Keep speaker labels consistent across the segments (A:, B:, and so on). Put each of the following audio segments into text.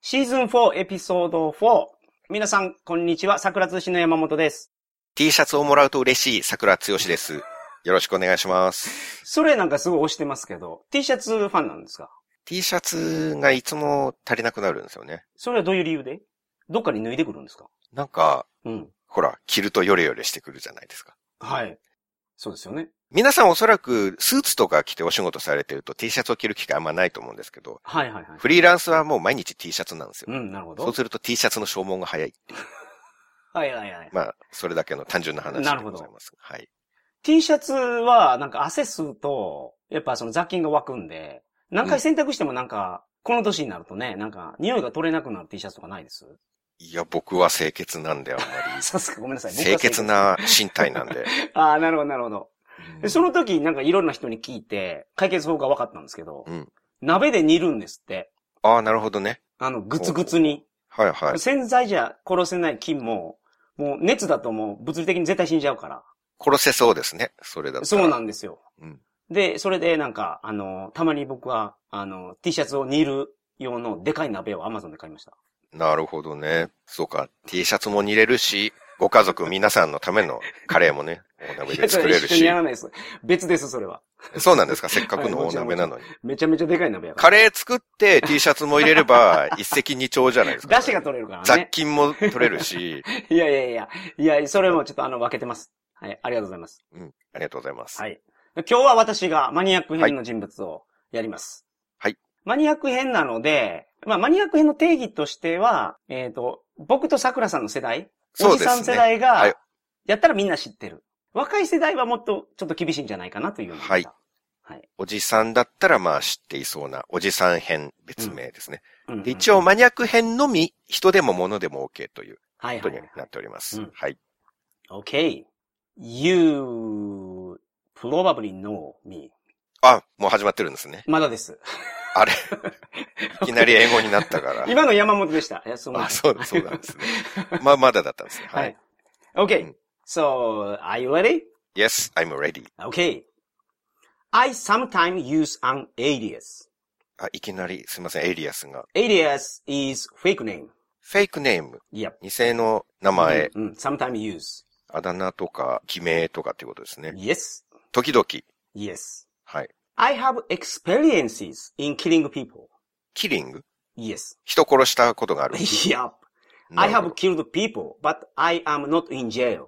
A: シーズン4エピソード4。皆さん、こんにちは。桜通信の山本です。
B: T シャツをもらうと嬉しい桜剛です。よろしくお願いします。
A: それなんかすごい推してますけど、T シャツファンなんですか
B: T シャツがいつも足りなくなるんですよね。
A: それはどういう理由でどっかに脱いでくるんですか
B: なんか、
A: うん。
B: ほら、着るとヨレヨレしてくるじゃないですか。
A: はい。そうですよね。
B: 皆さんおそらくスーツとか着てお仕事されてると T シャツを着る機会あんまないと思うんですけど、
A: はいはいはい。
B: フリーランスはもう毎日 T シャツなんですよ。
A: うん、なるほど。
B: そうすると T シャツの消耗が早い。
A: はいはいはい。
B: まあ、それだけの単純な話
A: なる
B: で
A: ほど
B: ございます。はい。
A: T シャツは、なんか汗吸うと、やっぱその雑菌が湧くんで、何回洗濯してもなんか、この年になるとね、なんか、匂いが取れなくなる T シャツとかないです。
B: いや、僕は清潔なんであんま
A: さすがごめんなさい。
B: り。清潔。な身体なんで。
A: ああ、なるほど、なるほど。で、その時、なんかいろんな人に聞いて、解決法が分かったんですけど、
B: うん
A: 鍋で煮るんですって。
B: ああ、なるほどね。
A: あの、ぐつぐつに。
B: はいはい。
A: 洗剤じゃ殺せない菌も、もう熱だともう物理的に絶対死んじゃうから。
B: 殺せそうですね。それだったら
A: そうなんですよ。
B: うん
A: で、それでなんか、あの、たまに僕は、あの、T シャツを煮る用のでかい鍋を Amazon で買いました。
B: なるほどね。そうか。T シャツも煮れるし、ご家族皆さんのためのカレーもね、お鍋で 作れる
A: 一緒に
B: し
A: や。らないです。別です、それは。
B: そうなんですかせっかくのお鍋な のに。
A: めちゃめちゃでかい鍋やか
B: カレー作って T シャツも入れ れば一石二鳥じゃないです
A: ら。出
B: か。
A: 汁が取れるから
B: 雑
A: ね。
B: 菌も取れ るし。
A: いやいやいや。いや、それもちょっとあの、分けてます。はい、ありがとうございます。
B: うん。ありがとうございます。
A: はい。今日は私がマニアック編の人物をやります。
B: はい。
A: マニアック編なので、まあ、マニアック編の定義としては、えっ、と、僕と桜さんの世代、
B: そ
A: お
B: う
A: じ
B: で
A: さん
B: す
A: 世
B: ね。
A: 代が、
B: はい
A: やったらみんな知ってる。若い世代はもっとちょっと厳しいんじゃないかなというような。
B: はい。
A: はい。
B: おじさんだったらまあ知っていそうなおじさん編別名ですね。
A: うんうん
B: で一応、マニアック編のみ、人でも物でも OK という
A: はい
B: こと
A: はい
B: になっております
A: うん。
B: はい。
A: はい。OK. You probably know me.
B: あ、もう始まってるんですね。
A: まだです。
B: あれいきなり英語になったから。
A: 今の山本でした。いやそう
B: あ、そう、そうなん ですね。まあ、まだだったんですね。
A: は
B: はいい。。う
A: Okay.
B: ん
A: So, are you ready?
B: Yes, I'm ready.
A: Okay. I sometimes use an alias.
B: あ、いきなり、すいません、エイリアスが。
A: Alias is fake name.
B: フェイクネーム、
A: Yep.
B: 偽の名前、
A: Mm, sometimes use.
B: あだ名とか、偽名とかっていうことですね。
A: Yes.
B: 時々、
A: Yes.
B: はい。
A: I have experiences in killing people.
B: キリング
A: Yes.
B: 人殺したことがある。
A: yep.
B: な
A: I
B: るほど
A: have killed people, but I am not in jail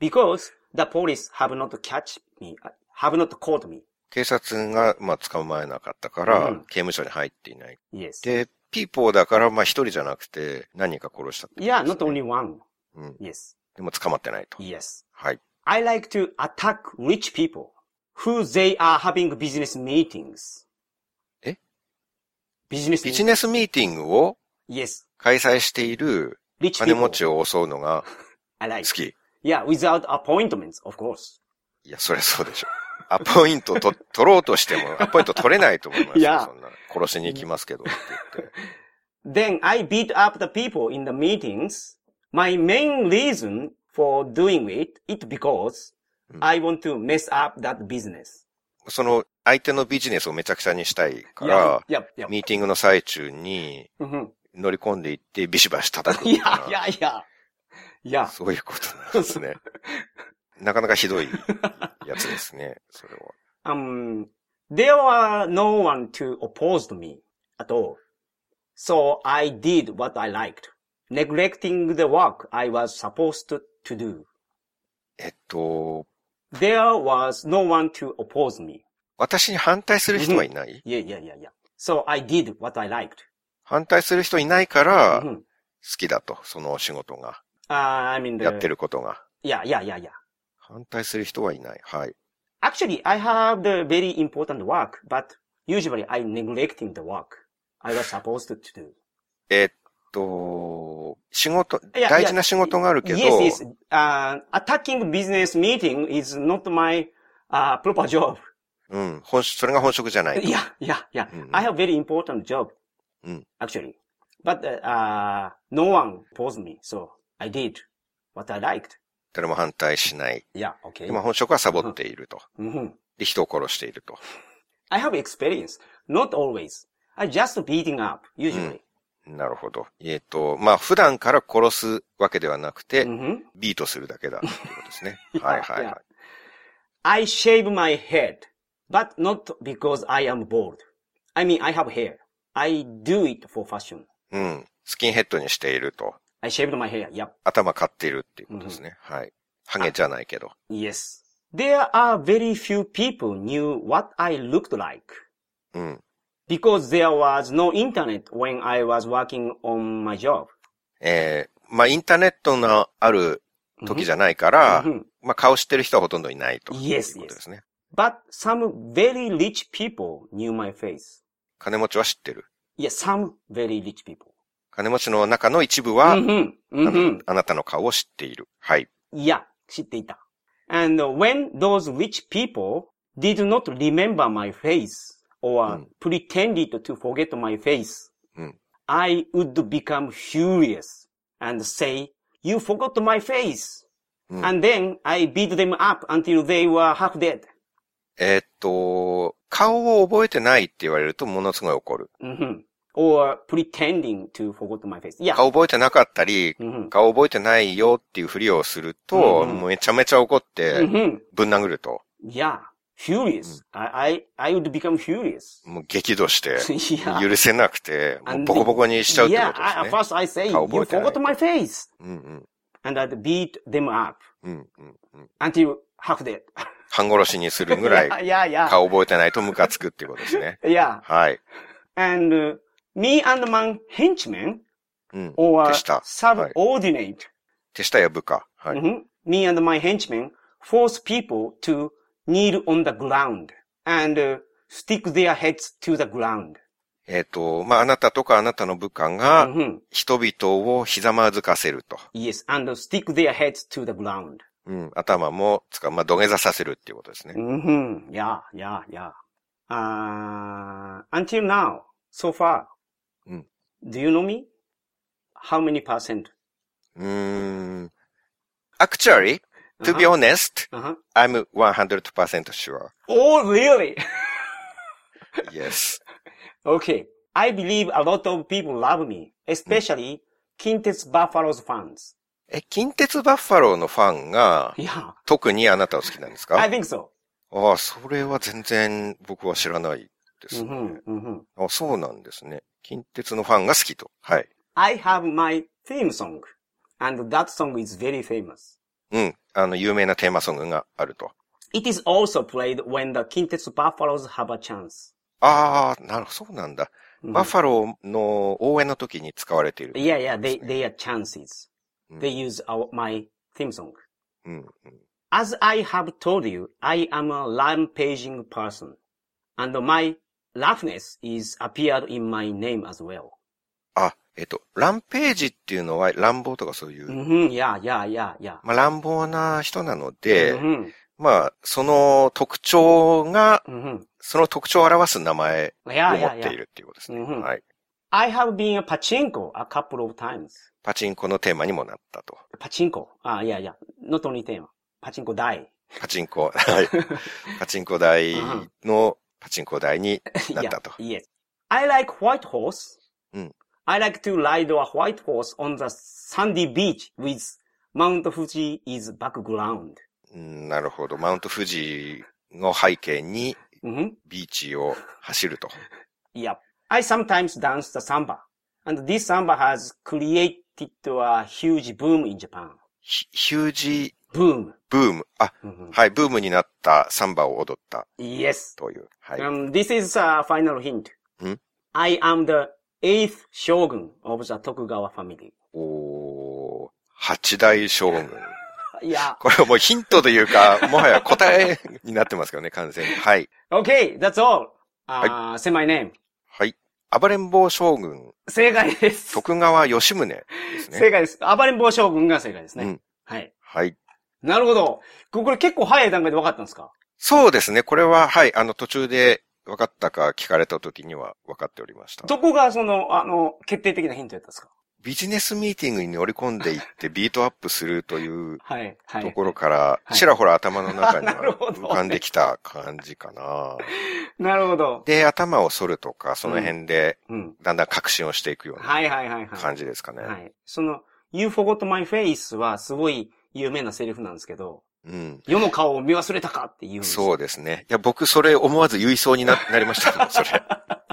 A: because the police have not catch me, uh, have not caught me.
B: 警察が、まあ、捕まえなかったか
A: う
B: ら、
A: ん
B: 刑務所に入っていない。
A: Yes.
B: で、ピーポーだから、まあ、一人じゃなくて、何人か殺したってことで
A: Yeah,
B: すね
A: not only one.
B: うん。
A: Yes.
B: でも捕まってないと。
A: Yes.
B: はい。
A: I like to attack rich people who they are having business meetings.
B: え
A: ビジネス
B: ビジネスミーティングを
A: Yes.
B: 開催している
A: Rich
B: 金
A: people.
B: 持ちを襲うのが
A: I
B: 好
A: like.
B: き。
A: Yeah, without appointments, of course.
B: いや、そりゃそうでしょ。アポイ ントと取ろうとしても、アポイント取れないと思います
A: い
B: よ。
A: や
B: そんな。殺しに行きますけどって言って。
A: Then I beat up the people in the meetings. My main reason for doing it, it because
B: うん
A: I want to mess up that business.
B: その、相手のビジネスをめちゃくちゃにしたいか
A: Yeah, Mm-hmm.
B: ら、
A: yep, yep.
B: ミーティングの最中に
A: うん
B: 乗り込んでいってビシバシ叩く。
A: いやいやいや。いや。
B: そういうことなんで すね。なかなかひどいやつですね、それは。
A: Um, there were no one to oppose to me at all. So I did what I liked, neglecting the work I was supposed to, to do.
B: えっと、
A: There was no one to oppose me.
B: 私に反対する人はいない、
A: Yeah, yeah, yeah, yeah. So I did what I liked.
B: 反対する人いないから、好
A: Mhm.
B: きだと、そのお仕事が、
A: Uh, I mean, the,
B: やってることが。
A: yeah, yeah, yeah, yeah.
B: 反対する人はいない。はい。
A: Actually, I have the very important work, but usually I'm neglecting the work I was supposed to do.
B: えっと、仕事、
A: いや
B: 大事な仕事があるけど、
A: Yes, yes. Uh, attacking business meeting is not my uh, proper job.
B: うん、本職それが本職じゃない。
A: Yeah, yeah, yeah.
B: Mhm.
A: I have very important job,
B: うん。
A: actually. But uh, uh, no one opposed me, so I did what I liked.
B: 誰も反対しない。
A: Yeah, okay.
B: 今本職はサボっていると。
A: Mhm.
B: で、人を殺していると。
A: I have experience, not always. I just beating up, usually.
B: なるほど。えっ、と、まあ、普段から殺すわけではなくて、
A: Mhm.
B: ビートするだけだっていうこ とですね
A: い。や
B: はいはい
A: い
B: はい
A: や。I shave my head, but not because I am bald. I mean, I have hair. I do it for fashion.
B: うん。スキンヘッドにしていると。
A: I shaved my hair. Yep.
B: 頭刈っているっていうことですね。はい。ハゲじゃないけど。
A: Yes. There are very few people knew what I looked like
B: うん。
A: because there was no internet when I was working on my job.
B: えー、まあ、インターネットのある
A: Mm-hmm.
B: 時じゃないから、
A: Mhm.
B: まあ、顔知ってる人はほとんどいないと。
A: Yes,
B: いうことですね。
A: But some very rich people knew my face.
B: 金持ちは知ってる。
A: Yes, some very rich people.
B: 金持ちの中の一部は、
A: Mhm.
B: あの
A: Mhm.
B: あなたの顔を知っている。はい。
A: Yeah, 知っていた。And when those rich people did not remember my face or
B: うん
A: pretended to forget my face,
B: うん
A: I would become furious and say, you forgot my face.
B: うん
A: And then I beat them up until they were half dead.
B: えーっと、顔を覚えてないって言われるとものすごい怒る。
A: Mhm. Or pretending to forget my face. Yeah.
B: 顔覚えてなかったり、
A: Mhm.
B: 顔覚えてないよっていうふりをすると、
A: うんうん
B: もうめちゃめちゃ怒って、
A: Mhm.
B: ぶん殴ると、
A: Yeah. Furious. I, I, I would become furious.
B: もう激怒して、
A: yeah.
B: 許せなくて、もう
A: And
B: ボコボコにしちゃうってこ
A: yeah,
B: とで
A: I,
B: す
A: at
B: ね。
A: first I say,
B: Cowboy
A: you forgot
B: guy.
A: my face.
B: うんうん。
A: And I'd beat them up
B: うんうんうん。
A: until half dead.
B: 半殺しにするぐら
A: yeah,
B: い、
A: yeah, yeah.
B: 顔覚えてないとムカつくっていうことですね。
A: Yeah.
B: はい。
A: And uh, me and my henchmen
B: うん。
A: or uh,
B: 手下。はい。
A: subordinate,
B: 手下や部下。はい。
A: mhm, me and my henchmen force people to kneel on the ground and uh, stick their heads to the ground.
B: えっ、と、まあ、あなたとかあなたの部下が、
A: Mhm.
B: 人々をひざまずかせると。
A: Yes, and stick their heads to the ground.
B: うん。頭も、つか、まあ、土下座させるっていうことですね。
A: hmm Yeah, yeah, yeah. Uh, until now, so far,
B: Mm.
A: do you know me? How many percent?
B: うーん。Actually, to be honest,
A: Uh-huh.
B: I'm 100% sure.
A: Oh, really?
B: Yes.
A: okay. I believe a lot of people love me, especially Quintets Buffalo's fans.
B: え、近鉄バッファローのファンが、
A: Yeah,
B: 特にあなたを好きなんです
A: I
B: か
A: think so.
B: ああ、それは全然僕は知らないですね。
A: Mhm, mhm.
B: あそうなんですね。近鉄のファンが好きと。はい。
A: I have my theme song, and that song is very famous.
B: うん。あの、有名なテーマソングがあると。
A: It is also played when the Quintets Buffaloes have a chance.
B: ああ、なるほど、そうなんだ。
A: Mhm.
B: バッファローの応援の時に使われている。
A: Yeah, yeah, they, they are chances.
B: Mm.
A: They use our, my theme song.
B: うん。
A: As I have told you, I am a rampaging person. And my roughness is appeared in my name as well.
B: あ、えっと、ランページっていうのは乱暴とかそういう、
A: hmm yeah, yeah, yeah, yeah.
B: まあ乱暴な人なので、
A: hmm
B: まあ、その特徴が、
A: hmm
B: その特徴を表す名前を
A: Yeah,
B: 持
A: yeah,
B: って
A: yeah.
B: いるっていうことですね。
A: うん
B: はい。
A: I have been a pachinko a couple of times.
B: パチンコのテーマにもなったと。
A: Pachinko. Ah, yeah, yeah. Not only tema. Pachinko die.
B: パチン コ、はい。パチンコ台の、パチンコ台に なったと。
A: Yeah, yes. I like white horse.
B: Mm.
A: I like to ride a white horse on the sandy beach with Mount Fuji is background.
B: うんなるほど。マウント富士の背景に
A: hmm
B: ビーチを走ると。
A: Yep. I sometimes dance the samba. And this samba has created a huge boom in Japan.
B: ヒヒュージ
A: Boom.
B: ブーム。あ、
A: Mhm.
B: はい、ブームになったサンバを踊った
A: Yes.
B: という。はい。
A: Um, this is a final hint.
B: Mm.
A: I am the eighth shogun of the Tokugawa family.
B: おー八大将軍。
A: Yeah.
B: これはもうヒントというか、 もはや答えになってますけどね、完全に。はい。
A: Okay, that's all. Uh, say my name.
B: はい。暴れん坊将軍、
A: 正 解です。
B: 徳川吉宗ですね。
A: 正解です。暴れん坊将軍が正解ですね。
B: うん
A: はい。
B: はい。
A: なるほど。ここれ結構早い段階で分かったんですか
B: そうですね。これは、はい。あの、途中で分かったか聞かれた時には分かっておりました。
A: どこがその、あの、決定的なヒントやったんですか
B: ビジネスミーティングに乗り込んでいってビートアップするという
A: はい、は
B: と
A: い。
B: ころから、
A: い
B: ちらほら頭の中 に
A: なる
B: は
A: ほど
B: 浮かんできた感じかな。
A: なるほど。
B: で、頭を反るとか、その辺で、
A: うん。
B: だんだん確信をしていくような
A: はいはいはいはい。
B: 感じですかね。
A: はい。その、You forgot my face はすごい有名なセリフなんですけど、
B: うん。
A: 世の顔を見忘れたかっていうんです
B: そうですね。いや、僕、それ思わず言いそうにな、なり ましたもん、それ。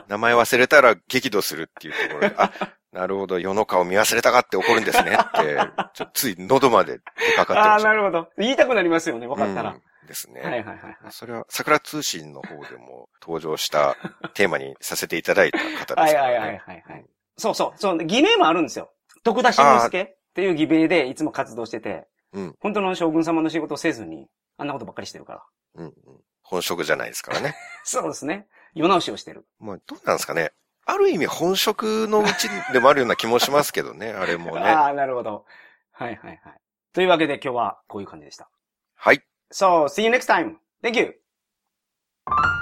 B: 名前忘れたら激怒するっていうところで、あ、なるほど、世の顔見忘れたかって怒るんですねって、ちょつい喉まで出かかって
A: あ
B: ま
A: あ
B: し
A: ー、
B: た
A: な
B: ね、
A: るほど。言いたくなりますよね、分かったら。
B: うんですね。
A: はいはいはいはい。
B: それは、桜通信の方でも登場したテーマにさせていただいた方
A: は
B: です
A: い
B: から、
A: は
B: ね。
A: いはいはいはい。そうそう。そう、偽名もあるんですよ。徳田新之助っていう偽名でいつも活動してて、
B: うん
A: 本当の将軍様の仕事をせずに、あんなことばっかりしてるから。
B: うんうん。本職じゃないですからね。
A: そうですね。世直しをしてる。
B: まあ、どうなんですかね。ある意味本職のうちでもあるような気もしますけどね、あれもね。
A: ああ、なるほど。はいはいはい。というわけで今日はこういう感じでした。
B: はい。
A: So, see you next time. Thank you.